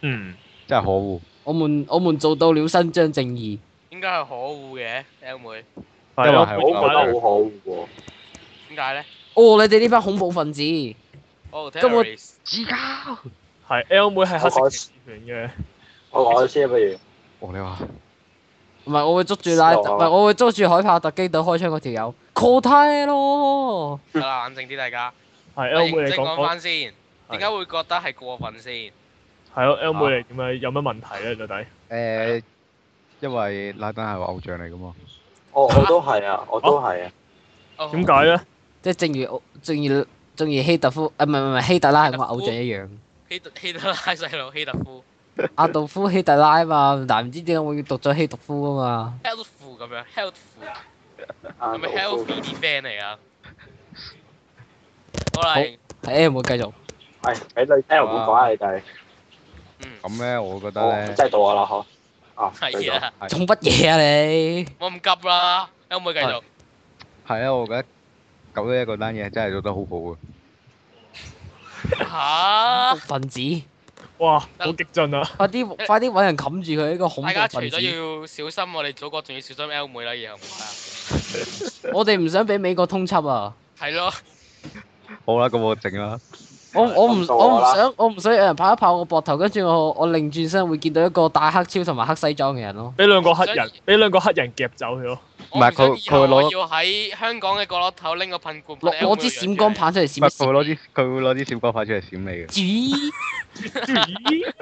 S2: 嗯，
S4: 真係可惡。
S1: 我們我們做到了伸張正義。
S3: 應該係可惡嘅 L 妹，
S2: 係
S4: 因為
S2: 咯，
S4: 係
S2: 點
S8: 我覺
S2: 解咧？
S8: 得好好喎。
S3: 點解咧？
S1: 哦，你哋呢班恐怖分子，
S3: 哦，
S1: 根本
S3: terrorist
S4: 自交。
S2: 係 L 妹係黑色
S8: 我
S2: 騎士團嘅，
S8: 我我先啊不如，
S4: 哦，你話
S1: 唔係我會捉住拉，唔
S8: 傻啊
S1: 係我會捉住海豹突擊隊開槍嗰條友，call 胎咯。
S3: 得啦，冷靜啲大家。
S2: 係 L
S3: 認
S2: 妹你
S3: 真
S2: 講
S3: 講
S2: 講，
S3: 翻先，點解會覺得係過分先？
S2: 係咯，L 妹你點解有乜問題咧？到底
S4: 誒，因為拉登係我偶像嚟㗎嘛。
S8: 我我都係啊，我都係啊。
S3: 哦
S2: 點解咧？
S1: 即係正如正如正如希特夫啊，唔係唔係唔係希特拉係我偶像一樣。
S3: 希特 (laughs) 希特拉細佬希特夫，
S1: 阿道夫希特拉啊嘛，但係唔知點解會讀咗希特夫啊嘛。
S3: healthful 咁樣，healthful
S8: 啊
S3: 係咪 healthy 啲 friend 嚟啊？好啦，
S1: 係 M 會繼續。
S8: 係哎俾你 L 唔講啊，你哋，
S3: 嗯，
S4: 咁咧，我覺得
S8: 我
S1: 哦
S4: 咧，
S8: 真係到我啦嗬。啊，
S3: 係啊，
S1: 做乜嘢啊你？
S3: 我唔急啦，L 妹繼續。
S4: 係啊，我覺得九一一嗰單嘢真係做得好好啊。
S1: 恐
S3: 嚇
S1: 怖！分子，
S2: 哇，好激進啊！
S1: 快啲快啲揾人冚住佢呢個恐怖
S3: 大家除
S1: 分子
S3: 咗。要小心我哋祖國，仲要小心 L 妹啦，以後唔得。
S1: 我哋唔想俾美國通緝啊！
S3: 係咯，
S4: 好啦，咁我整啦。
S1: 我我唔
S8: 咁到
S1: 我
S8: 我
S1: 唔
S8: 啦
S1: 想我唔想有人拍一拍我膊頭，跟住我我擰轉身會見到一個戴黑超同埋黑西裝嘅人咯。
S2: 俾兩個黑人
S3: 所以，
S2: 俾兩個黑人夾走佢咯。
S3: 我
S4: 唔係佢
S3: 唔想以後
S4: 佢會攞
S3: 我要喺香港嘅角落頭拎個噴罐
S1: 攞攞支閃光棒出嚟閃
S4: 唔係
S1: 一閃。
S4: 佢會攞啲佢會攞啲閃光牌出嚟閃你嘅。
S1: 咦？
S2: 咦？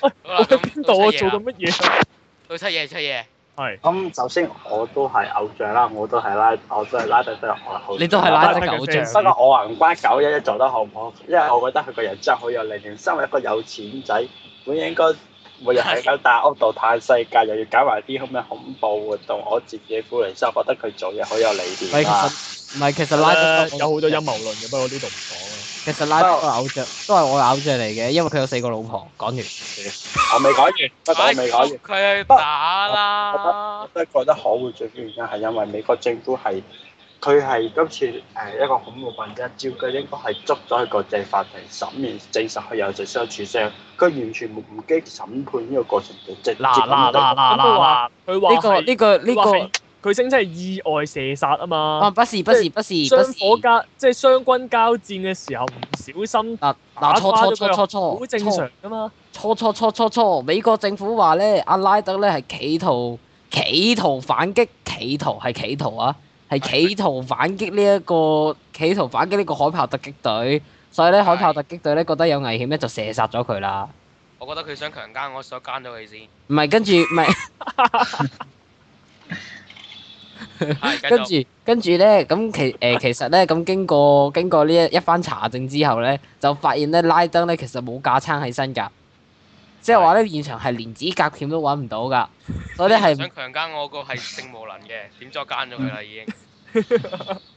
S3: 好啦
S2: 我去
S3: 咁
S2: 邊
S3: 到
S2: 度啊？
S3: 七
S2: 做
S3: 夜
S2: 到
S3: 啦
S2: 乜嘢啊？
S3: 到七夜出夜，
S2: 係
S8: 咁首先我都係偶像啦，我都係拉，我都係拉隊都係我偶像。
S1: 你都係拉得狗
S2: 啊
S1: 像。
S8: 不過我話唔關九一一做得好唔好，因為我覺得佢個人真係好有理念。身為一個有錢仔，本應該每日喺間大屋度嘆世界，又要搞埋啲咁嘅恐怖活動，我自己苦嚟心，我覺得佢做嘢好有理
S1: 唔係
S8: 念啊啦。
S1: 其實唔係其實拉
S2: 啦
S1: 登，
S2: 有好多陰謀論嘅，不過呢度唔講
S1: 其實拉登個偶像都係我嘅偶像嚟嘅，因為佢有四個老婆。講完。
S8: 我未講完，不過我未講完。
S3: 佢去打啦
S8: 我。都覺得可會最主要原因係因為美國政府係佢係今次誒一個恐怖分子一招，佢應該係捉咗去國際法庭審完，證實佢有罪相處傷，佢完全唔經審判呢個過程就直接
S2: 啦。嗱嗱
S8: 咁
S2: 嗱嗱嗱嗱，佢話
S1: 呢個
S2: 係
S1: 呢個呢
S2: 佢話係
S1: 個
S2: 佢聲稱係意外射殺啊嘛
S1: 哦，。不是不是不是不
S2: 雙
S1: 是，
S2: 火交即係雙軍交戰嘅時候唔小心
S1: 嗱
S2: 打
S1: 嗱錯
S2: 瓜
S1: 錯
S2: 咗佢
S1: 錯錯錯，
S2: 好正常噶嘛。
S1: 錯錯錯錯錯！美國政府話咧，阿拉德咧係企圖企圖反擊，企圖係企圖啊，係
S3: 係
S1: 企圖反擊呢、一個企圖反擊呢個海豹突擊隊，所以咧海豹突擊隊咧覺得有危險咧就射殺咗佢啦。
S3: 我覺得佢想強姦我，所以奸咗佢先。
S1: 唔係跟住唔係
S3: 係繼
S1: 跟
S3: 續。
S1: 住跟住咧咁其誒、其實咧咁經過經過呢一一番查證之後咧，就發現咧拉登咧其實冇架撐喺身㗎，即係話咧現場係連指甲鉗都揾唔到㗎，所以咧係。
S3: 想強姦我個係性無能嘅，點咗奸咗佢啦已經。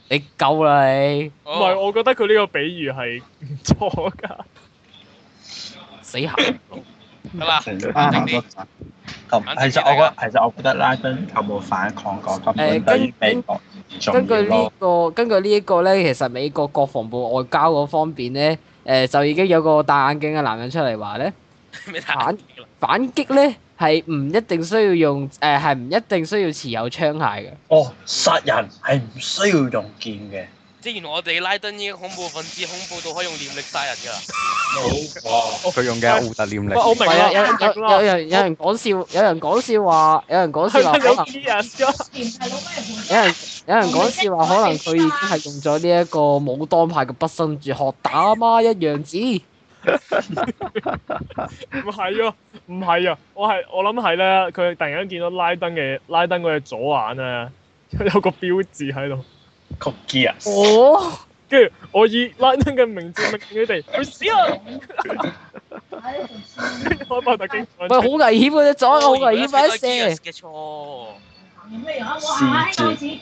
S1: 你夠啦你，
S2: 唔
S3: 唔
S2: 係，我覺得佢呢個比喻係唔錯㗎。
S1: 死鹹！
S3: 得啦，
S5: 啱行多陣。咁其實我覺
S3: 嗯
S5: 其實我覺得拉登有冇反抗過
S1: 誒
S5: 根本對於美國唔重
S1: 根據
S5: 要
S1: 呢、個，
S5: 咯。
S1: 根據呢一個咧，其實美國國防部外交嗰方面咧，誒、就已經有個戴眼鏡嘅男人出嚟話咧，
S3: 咩
S1: 反反擊咧係唔一定需要用誒係唔一定需要持有槍械嘅。
S5: 哦，殺人係唔需要用劍嘅。
S3: 即係原來我哋拉登已經恐怖分子恐怖到可以用念力殺人㗎啦。
S1: 哦
S4: 佢用嘅係奧特念力
S2: 喂，，我明
S1: 係
S2: 啦，
S1: 啊，有
S2: 我
S1: 有有
S2: 明啦，
S1: 人有人講笑，有人講笑話，有人講
S2: 係
S1: 笑話
S2: 啦，
S1: 可
S2: 有
S1: 能。
S2: gears 㗎，
S1: 有人有人講笑話，可能佢已經係用咗呢一個武當派嘅畢生絕學打孖一樣子。
S2: 唔係啊，唔係啊，我係我諗係咧，佢突然間見到拉登嘅拉登嗰隻左眼咧，有個標誌喺度，
S5: 曲 g e a
S1: 哦，
S2: 跟住我以拉登嘅名字命佢哋去死啊！開爆突擊
S1: 喂，好
S2: 隊，
S1: 危險嘅啫，左眼好危險，快
S3: 我
S1: 啲
S3: 以為
S1: 射
S3: 呢！哦個係 Gears 嘅錯，唔怪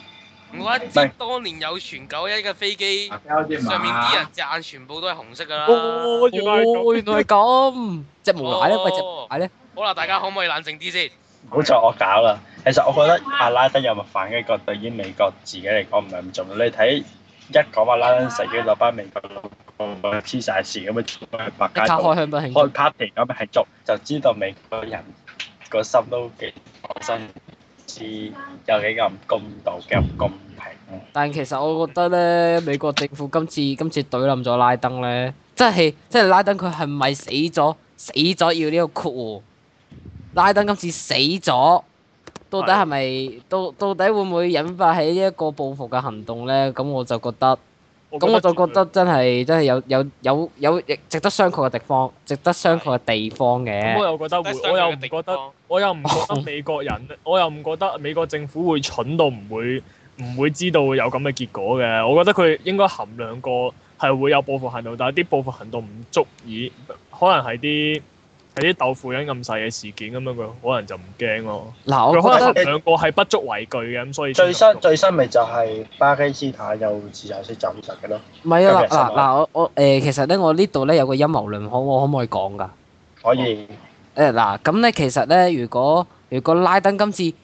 S6: 我
S3: 之當年有全九一嘅飛機上面啲人隻眼全部都係紅色㗎啦。
S2: 哦，原來係
S1: 哦，
S2: 咁，
S1: 原來係咁，只無賴咧，啊喂，只無賴咧，
S3: 哦好啦，大家可唔可以冷靜啲先？
S5: 唔好再我搞啦。其實我覺得阿拉登有冇反擊過對於美國自己嚟講唔係咁重要。你睇一講話拉登死咗，落班美國佬黐晒線咁樣全部去白
S1: 即
S5: 街
S1: 刻
S5: 度
S1: 開香檳慶
S5: 開
S1: 祝。
S5: party 咁樣慶祝，就知道美國人個心都幾講真，知有幾咁公道嘅公平。
S1: 但其實我覺得咧，美國政府今次今次懟冧咗拉登咧，真係真係拉登佢係咪死咗？死咗要呢個括弧。拉登今次死咗，到底係咪到到底會唔會引發起呢一個報復嘅行動咧？咁我就覺得，咁我就覺得真係真係有有有有值得商榷嘅地方，值得商榷嘅地方
S2: 咁我
S1: 嘅。
S2: 又覺得會，我又唔覺得。我又唔覺
S1: 哦
S2: 得美國人，我又唔覺得美國政府會蠢到唔會唔會知道有咁嘅結果嘅。我覺得佢應該衡量過係會有報復行動，但係啲報復行動唔足以，可能係啲係啲豆腐人咁細嘅事件咁樣，佢可能就唔驚咯。
S1: 嗱，
S2: 佢
S1: 我
S2: 可
S1: 覺
S2: 能
S1: 得
S2: 衡量過係不足為據嘅，咁所以
S5: 最
S2: 先
S5: 新
S2: 咁做
S5: 最新咪就係巴基斯坦有自由式斬殺嘅咯，
S1: 唔係啊！嗱
S5: 今日新
S1: 嗱
S5: 聞
S1: 嗱，我我誒其實咧，我呢度咧有個陰謀論，可我可唔可以講㗎？
S5: 可以
S1: 誒嗱，咁咧其實咧，如果如果拉登今次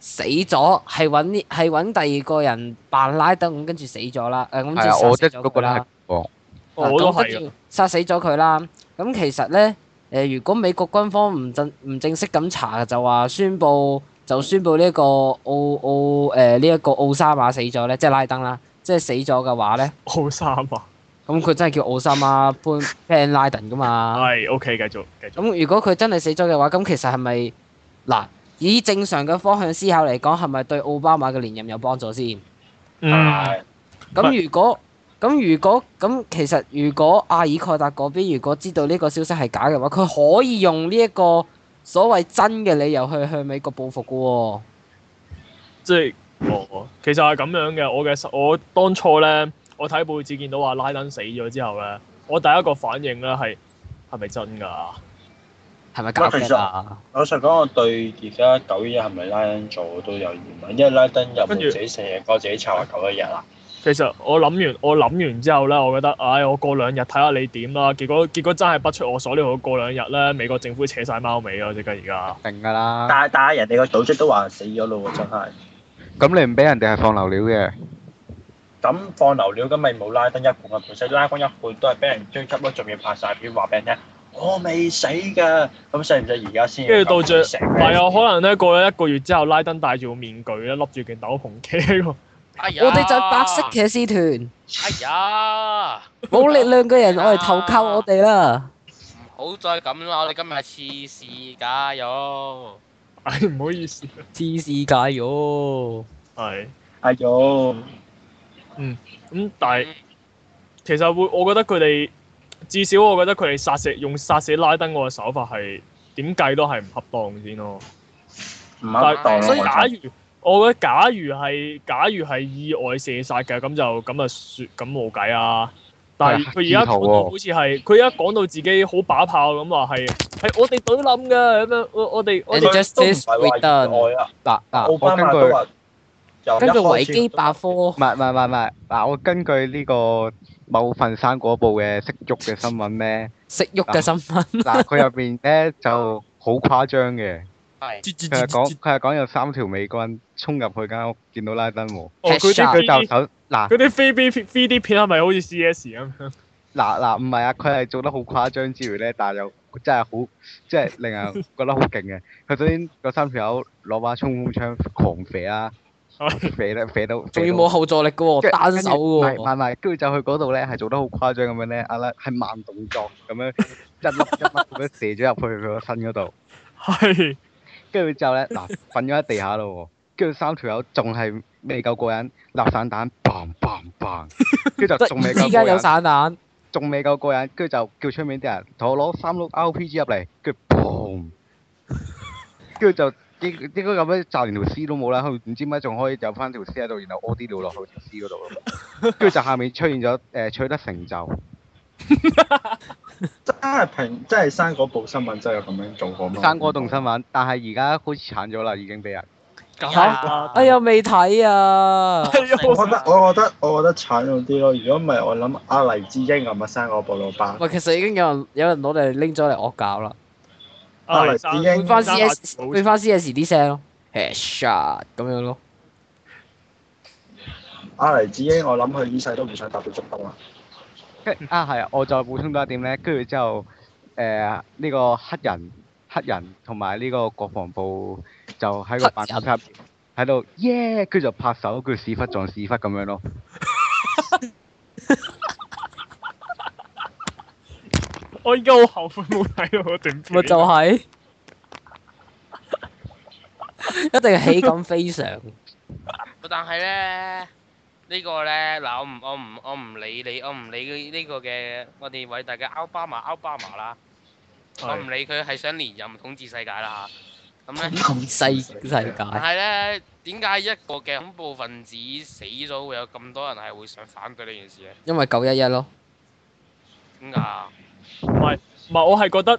S1: 死咗，係揾呢係揾第二個人扮拉登，咁跟住死咗啦，誒咁
S4: 係啊，
S1: 就殺
S4: 我即係
S1: 死咗
S4: 嗰個
S1: 佢
S4: 咧係
S1: 啦。
S4: 哦，
S1: 嗱
S2: 我都
S1: 咁跟
S2: 係啊
S1: 住殺死咗佢啦。咁其實咧，誒如果美國軍方唔正唔正式咁查，就話宣佈就宣佈呢一個奧奧誒呢一個奧沙馬死咗咧，即係拉登啦，即係死咗嘅話咧，
S2: 好衫啊，
S1: 咁佢真係叫奧沙馬潘 Bin Laden 噶嘛。
S2: 係 OK，繼續繼續。
S1: 啊咁如果佢真係死咗嘅話，咁其實係咪嗱以正常嘅方向思考嚟講，係咪對奧巴馬嘅連任有幫助先？
S2: 嗯，
S5: 係
S1: 咁如果咁如果咁其實如果阿爾蓋達嗰邊如果知道呢個消息係假嘅話，佢可以用呢一個所謂真嘅理由去向美國報復嘅
S2: 即係哦，其實係咁樣嘅。我嘅我當初咧，我睇報紙見到話拉登死咗之後咧，我第一個反應咧係係咪真㗎？
S1: 喎，係咪假
S5: 喂其
S1: 嘅
S5: 實
S1: 啊？
S5: 老實講，我對而家九一係咪拉登做都有疑問，因為拉登有冇
S2: 跟住
S5: 自己射過自己策劃九一日啊？
S2: 其實我諗完我諗完之後咧，我覺得唉、我過兩日睇下你點啦。結果結果真係不出我所料，我過兩日咧，美國政府扯晒貓尾啊！即刻而家
S4: 定㗎啦。
S5: 但係但係人哋個組織都話死咗咯喎，真係。
S4: 咁你唔俾人哋係放流料嘅，
S5: 咁
S8: 啊
S5: 放流料咁咪冇拉登一半嘅本身，拉登一半都係俾人追緝咯，仲要拍晒片話俾人聽，
S8: 我未死㗎，咁使唔使而家先？
S2: 跟住到最
S8: 成
S2: 唔係啊，可能咧過咗一個月之後，拉登戴住個面具咧，笠住件斗篷企喺個 (laughs)
S3: 哎呀，
S1: 我哋就係白色騎士團，
S3: 哎呀，哎
S1: 冇力量嘅人我嚟投靠我哋啦。
S3: 唔好再咁啦，我哋今日係黐線㗎，哟。
S2: 唉，唔好意思，
S1: 黐線㗎哟！
S2: 係
S8: 哎呦，
S2: 咁，但係
S3: 嗯
S2: 其實會，我覺得佢哋至少，我覺得佢哋殺死用殺死拉登嗰個手法係點計都係唔恰當先咯。
S8: 唔啱當
S3: 但
S8: 咯
S2: 所以
S8: 我
S2: 假
S8: 真係
S2: 如我覺得假如係假如係意外射殺嘅，咁就咁就説咁冇計啊！但係佢而家講到好似係佢而家講到自己好把炮咁話係係我哋隊冧㗎咁樣，我我哋我
S1: And
S2: 哋
S1: just-
S8: 都唔係話意外啊，
S4: 嗱嗱，
S8: 奧
S4: 我
S8: 巴
S4: 根
S8: 馬都
S4: 據
S8: 話由
S1: 根據
S8: 一開
S1: 維
S8: 始
S1: 基百科
S4: 唔，係唔係唔係唔係，嗱我根據呢個某份生果報嘅食肉嘅新聞咧，
S1: 食肉嘅身 (laughs) 份，
S4: 嗱佢入邊咧就好誇張嘅，
S3: 係
S4: 佢係講佢係講有三條美軍衝入去間屋，見到拉登喎，
S2: 哦佢啲
S1: Headshot
S4: 佢就
S2: 3D
S4: 手嗱
S2: 佢啲 3D 片 3D 片係咪好似 CS 咁樣？
S4: 嗱嗱唔係啊，佢係做得好誇張之餘咧，但係又真係好即係令人覺得好勁嘅。佢首先嗰三條友攞把衝鋒槍狂射啦，射咧
S1: (laughs)
S4: 射到，
S1: 仲要冇後坐力嘅喎，單手
S4: 唔
S1: 嘅
S4: 係
S1: 喎。
S4: 唔係，跟住就去嗰度咧，係做得好誇張咁樣咧，阿拉係慢動作咁樣
S1: (laughs)
S4: 一粒一粒咁樣射咗入去佢個身嗰度，
S2: 係
S4: 跟住之後咧嗱瞓咗喺地下咯喎，跟住三條友仲係未夠過癮，立散彈 bang bang bang，跟住就仲
S1: 突
S4: 未
S1: 然
S4: 夠
S1: 之
S4: 過
S1: 間有
S4: 癮，
S1: 散彈，
S4: 仲未夠過癮，跟住就叫出面啲人同我攞三碌 RPG 入嚟，跟住 boom，跟住就。應應該咁樣就連條屍都冇啦，佢唔知點解仲可以有翻條屍喺度，然後屙啲尿落去條屍嗰度咯。跟住就下面出現咗誒、呃取得成就，
S8: 真係平，真係生果報新聞真係有咁樣做過咩？
S4: 生果動新聞，但係而家好似鏟咗啦，已經俾人。
S3: 咁
S1: 哎呀未睇啊！
S8: 我覺得我覺得我覺得慘咗啲咯。如果唔係，我諗阿黎智英咁啊，生個布老伯，
S1: (laughs) 喂，其實已經有人有人攞嚟拎咗嚟惡搞啦，
S8: 阿黎智英
S1: 換翻
S2: 生
S1: CS
S2: 冇
S1: 換翻 CS 啲聲咯，headshot 咁樣咯。
S8: 阿黎智英，我諗佢呢世都唔想踏到足球啦。
S4: 跟啊係啊，我再補充多一點咧，跟住之後誒呢個黑人黑人同埋呢個國防部就喺個辦公室入邊喺度耶，跟住就拍手，跟住屎忽撞屎忽咁樣咯。
S2: 我而家好後悔冇睇到嗰段片。
S1: 咪就係、 (laughs) 一定係喜感非常。
S3: 但係咧，呢個咧嗱，我唔我唔我唔理你，我唔理呢個嘅我哋偉大嘅奧巴馬奧巴馬啦，我
S2: 係
S3: 唔理佢係想連任統治世界啦嚇。咁咧。
S1: (laughs) 世世
S3: 但
S1: 界，
S3: 係咧，點解一個嘅恐怖分子死咗會有咁多人係會想反對呢件事咧？
S1: 因為九一一咯，
S3: 點解啊？
S2: 唔係我係覺得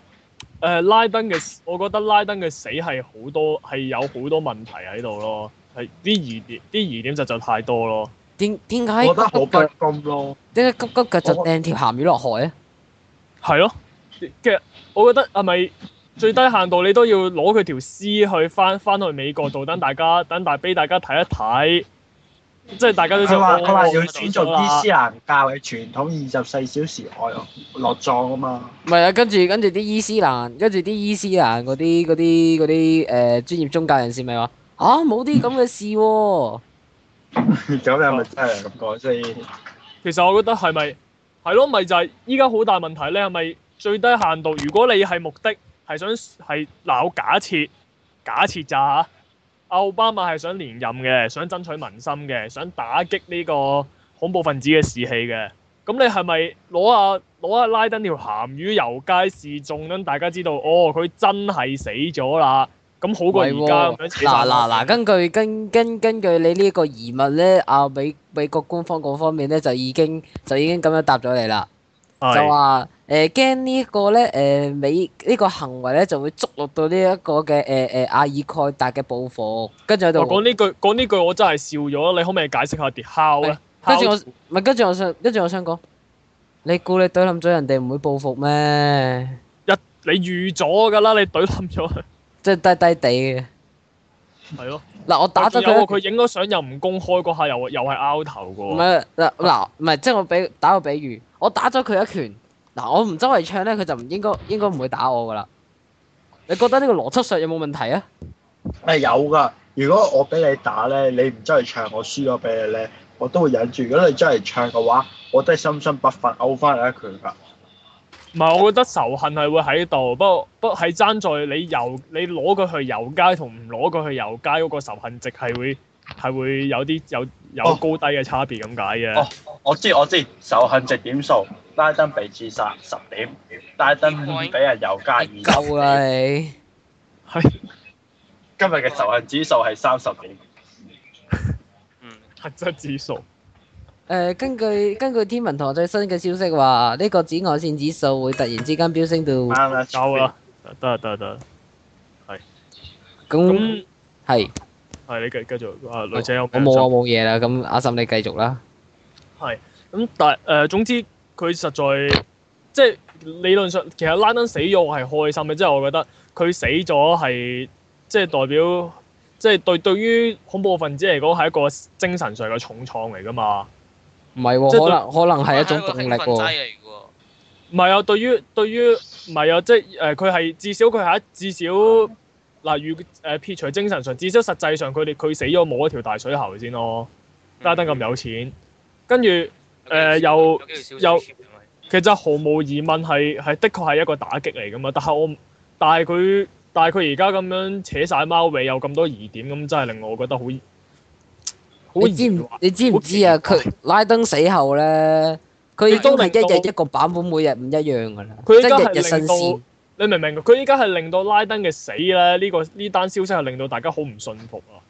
S2: 誒、拉登嘅，我覺得拉登嘅死係好多係有好多問題喺度咯，係啲疑點啲疑點實在太多咯。
S1: 點點
S8: 我
S1: 解
S8: 覺得好
S1: 急急
S8: 不公咯。
S1: 點解急急腳就掟條鹹魚落海咧？
S2: 係咯，其實我覺得係咪最低限度你都要攞佢條屍去翻翻去美國度，等大家等大俾大家睇一睇，即係大家都
S8: 佢
S2: 想
S8: 話
S2: 哦
S8: 佢話要
S2: 我
S8: 尊重伊斯蘭教嘅傳統，二十四小時外落葬啊
S5: (laughs)
S8: 嘛。
S1: 唔係啊，跟住跟住啲伊斯蘭，跟住啲伊斯蘭嗰啲嗰啲嗰啲誒專業宗教人士咪話嚇冇啲咁嘅事
S2: 嗯
S1: 喎、
S8: 咁你係咪真係咁講先？
S2: 其實我覺得係咪係咯，咪就係依家好大問題咧，係咪最低限度？如果你係目的係想係嗱，我假設假設咋嚇，奧巴馬係想連任嘅，想爭取民心嘅，想打擊呢個恐怖分子嘅士氣嘅。咁你係咪攞啊攞啊拉登條鹹魚遊街示眾，等大家知道哦佢真係死咗啦？咁好過而
S1: 喂
S2: 家
S1: 喎
S2: 咁樣死
S1: 嗱嗱
S2: 晒
S1: 嗱，根據根根根據你呢個疑問咧，啊美美國官方嗰方面咧就已經就已經咁樣答咗你啦。
S2: 係
S1: 就話誒驚呢一個咧誒、美呢個行為咧就會觸落到呢一個嘅誒誒阿爾蓋達嘅報復，跟住喺
S2: 哦我講
S1: 度，
S2: 呢句講呢句我真係笑咗，你可唔可以解釋下 how 咧？
S1: 跟住
S2: How
S1: 我唔係跟住我想跟住我想講，你估你懟冧咗人哋唔會報復咩？
S2: 你預咗㗎啦，你懟冧咗佢，
S1: 即係低低地嘅。
S2: (laughs) 係咯。
S1: 嗱，我打咗
S2: 啊仲有喎
S1: 佢
S2: 佢影咗相又唔公開嗰下，又又係拗頭
S1: 一，唔
S2: 㗎喎。
S1: 係嗱嗱，唔係即係我俾打個比喻，我打咗佢一拳，嗱，我唔周圍唱咧，佢就唔應該應該唔會打我噶啦。你覺得呢個邏輯上有冇問題
S2: (laughs)
S1: 啊？
S5: 誒有噶，如果我俾你打咧，你唔真係唱，我輸咗俾你咧，我都會忍住。如果你真係唱嘅話，我都係深深不忿，勾翻你一拳㗎。
S2: 唔係，我覺得仇恨係會喺度，不過不過係爭在你遊你攞佢去遊街同唔攞佢去遊街嗰個仇恨值係會係會有啲有有
S5: 哦
S2: 高低嘅差別咁解嘅。 (laughs)
S5: 哦我知我知，仇恨值點數，拉登被自殺十點，拉登俾人遊街
S1: (laughs)
S5: 二
S1: 你
S5: 十
S1: 夠
S5: 點，
S1: 啦你！
S5: 今日嘅仇恨指數係三十點。
S3: 嗯，
S2: 黑質指數
S1: 誒、根據根據天文台最新嘅消息話，呢、個紫外線指數會突然之間飆升到
S2: 啊
S5: 啱啦，
S2: 夠
S1: 啊
S2: 啦，得啦得啦得啦。
S1: 咁
S2: 咁
S1: 係，
S2: 係你繼繼續嗯啊，女仔有
S1: 我
S2: 咩
S1: 冇啊
S2: 想
S1: 冇嘢啦。咁阿心你繼續啦。
S2: 咁但係誒、呃，總之佢實在即係理論上，其實拉登死咗我係開心嘅，即係我覺得佢死咗係即係代表即係對對於恐怖分子嚟講係一個精神上嘅重創嚟㗎嘛。
S1: 唔係
S2: 即係
S1: 喎，可能可能係一種
S3: 個
S1: 動力
S3: 興奮劑
S1: 喎。
S3: 嚟嘅喎。
S2: 唔係啊，對於對於唔係啊，即係誒，佢、係至少佢係一至少嗱，如誒、呃撇除精神上，至少實際上佢哋佢死咗冇一條大水喉先咯。
S3: 嗯
S2: 拉登咁有錢，跟住。誒又又其實毫無疑問係係的確係一個打擊嚟噶嘛，但係我唔但係佢但係佢而家咁樣扯晒貓尾，有咁多疑點，咁真係令我覺得好好
S1: 你知
S2: 疑
S1: 唔
S2: 惑。
S1: 你知唔知啊？
S2: 好
S1: 佢拉登死後咧，佢已經
S2: 亦都
S1: 係
S2: 令
S1: 一日
S2: 到
S1: 一個版本，每日唔一樣㗎啦。
S2: 佢
S1: 即
S2: 而家
S1: 係
S2: 係
S1: 日日新
S2: 令到
S1: 鮮。
S2: 你明唔明？佢依家係令到拉登嘅死咧，呢、個呢單消息係令到大家好唔信服啊！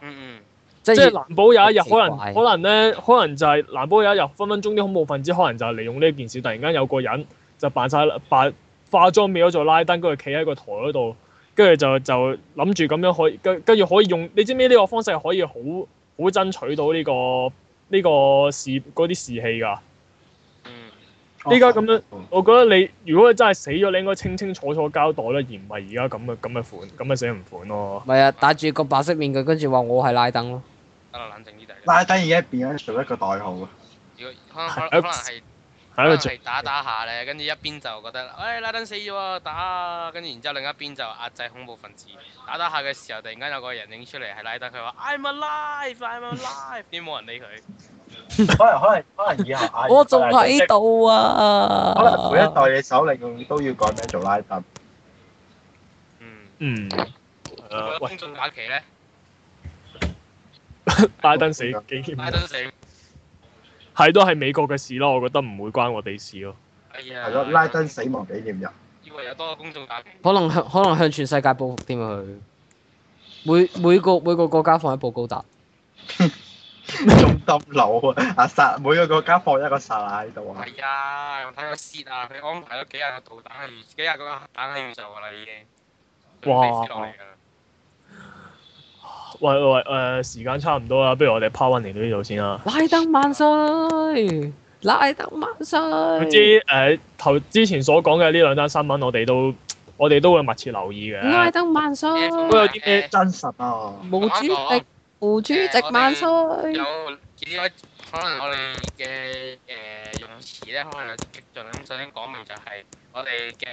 S3: 嗯
S1: 即
S2: 即係
S1: 係
S2: 難保有一日
S1: 好奇
S2: 可能
S1: 怪
S2: 可能咧，可能就係、難保有一日分分鐘啲恐怖分子可能就係利用呢件事，突然間有個人就扮晒扮化妝變咗做拉登，跟住企喺個台嗰度，跟住就就諗住咁樣可以跟跟住可以用，你知唔知呢個方式係可以好好爭取到呢、個呢、個士嗰啲士氣㗎？
S3: 嗯嗯
S5: 哦
S2: 依家咁樣，我覺得你如果真係死咗，你應該清清楚楚交代啦，而唔係而家咁嘅咁嘅款咁嘅死人款咯。
S1: 唔係啊，戴住個白色面具，跟住話我係拉登咯。
S3: 得啦，冷靜啲大家。
S5: 拉登已經變咗做一個代號啊！
S3: 如果可能可能
S2: 係一
S3: 可
S2: 個係一
S3: 能係可能
S2: 個罪
S3: 係啊打打下咧，跟住一邊就覺得，哎拉登死咗啊，打啊！跟住然之後另一邊就壓制恐怖分子，打打下嘅時候，突然間有個人影出嚟係拉登，佢話 I'm alive，I'm alive，點冇人理佢。
S5: 可能可能可能以後阿
S1: 我仲喺度啊！
S5: 可能每一代嘅首領都要改名做拉登。
S3: 嗯，
S2: 嗯。呃
S3: 你覺得
S2: 喂
S3: 公眾假期咧，
S2: 拜登死幾
S5: 呃
S2: 啊添？
S3: 拉登死，
S2: 係都係美國嘅事咯，我覺得唔會關我哋事咯。
S3: 哎呀，
S5: 係咯，拉登死亡紀念日。
S3: 以為有多個公眾假期。
S1: 可能向可能向全世界報復添啊！佢每每個每個國家放一部高達，
S5: 中心佬啊！阿薩每個國家放一個薩那喺度啊！
S3: 係啊，我睇個 s 啊，佢安排咗幾廿個導彈喺幾廿個核彈喺宇宙㗎啦，已經。
S2: 哇
S3: 準備飛落嚟㗎啦
S2: 喂喂誒、呃，時間差唔多啦，不如我哋 part one 嚟到呢度先啦。
S1: 拉登萬歲！拉登萬
S2: 總
S1: 歲！
S2: 之誒，頭、之前所講嘅呢兩單新聞，我哋都我哋都會密切留意
S1: 拉
S2: 嘅。
S1: 登萬歲！
S2: 都有啲咩
S3: 誒
S5: 真實啊！
S1: 毛主席，毛主席萬歲！
S3: 有幾位可能我哋嘅誒用詞咧，可能有啲激進，咁首先講明就係我哋嘅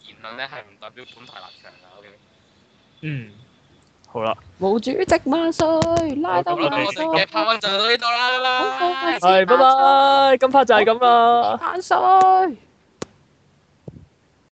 S3: 言論咧係唔代表本台立場㗎。OK，
S2: 嗯，好啦，
S1: 毛主席萬歲！拉登
S3: 好啦，
S1: 萬
S3: 我
S1: 歲！
S3: 哋嘅 part one 就到呢度啦，拜拜。
S2: 係，拜拜，今 part 就係咁啦。
S1: 萬歲！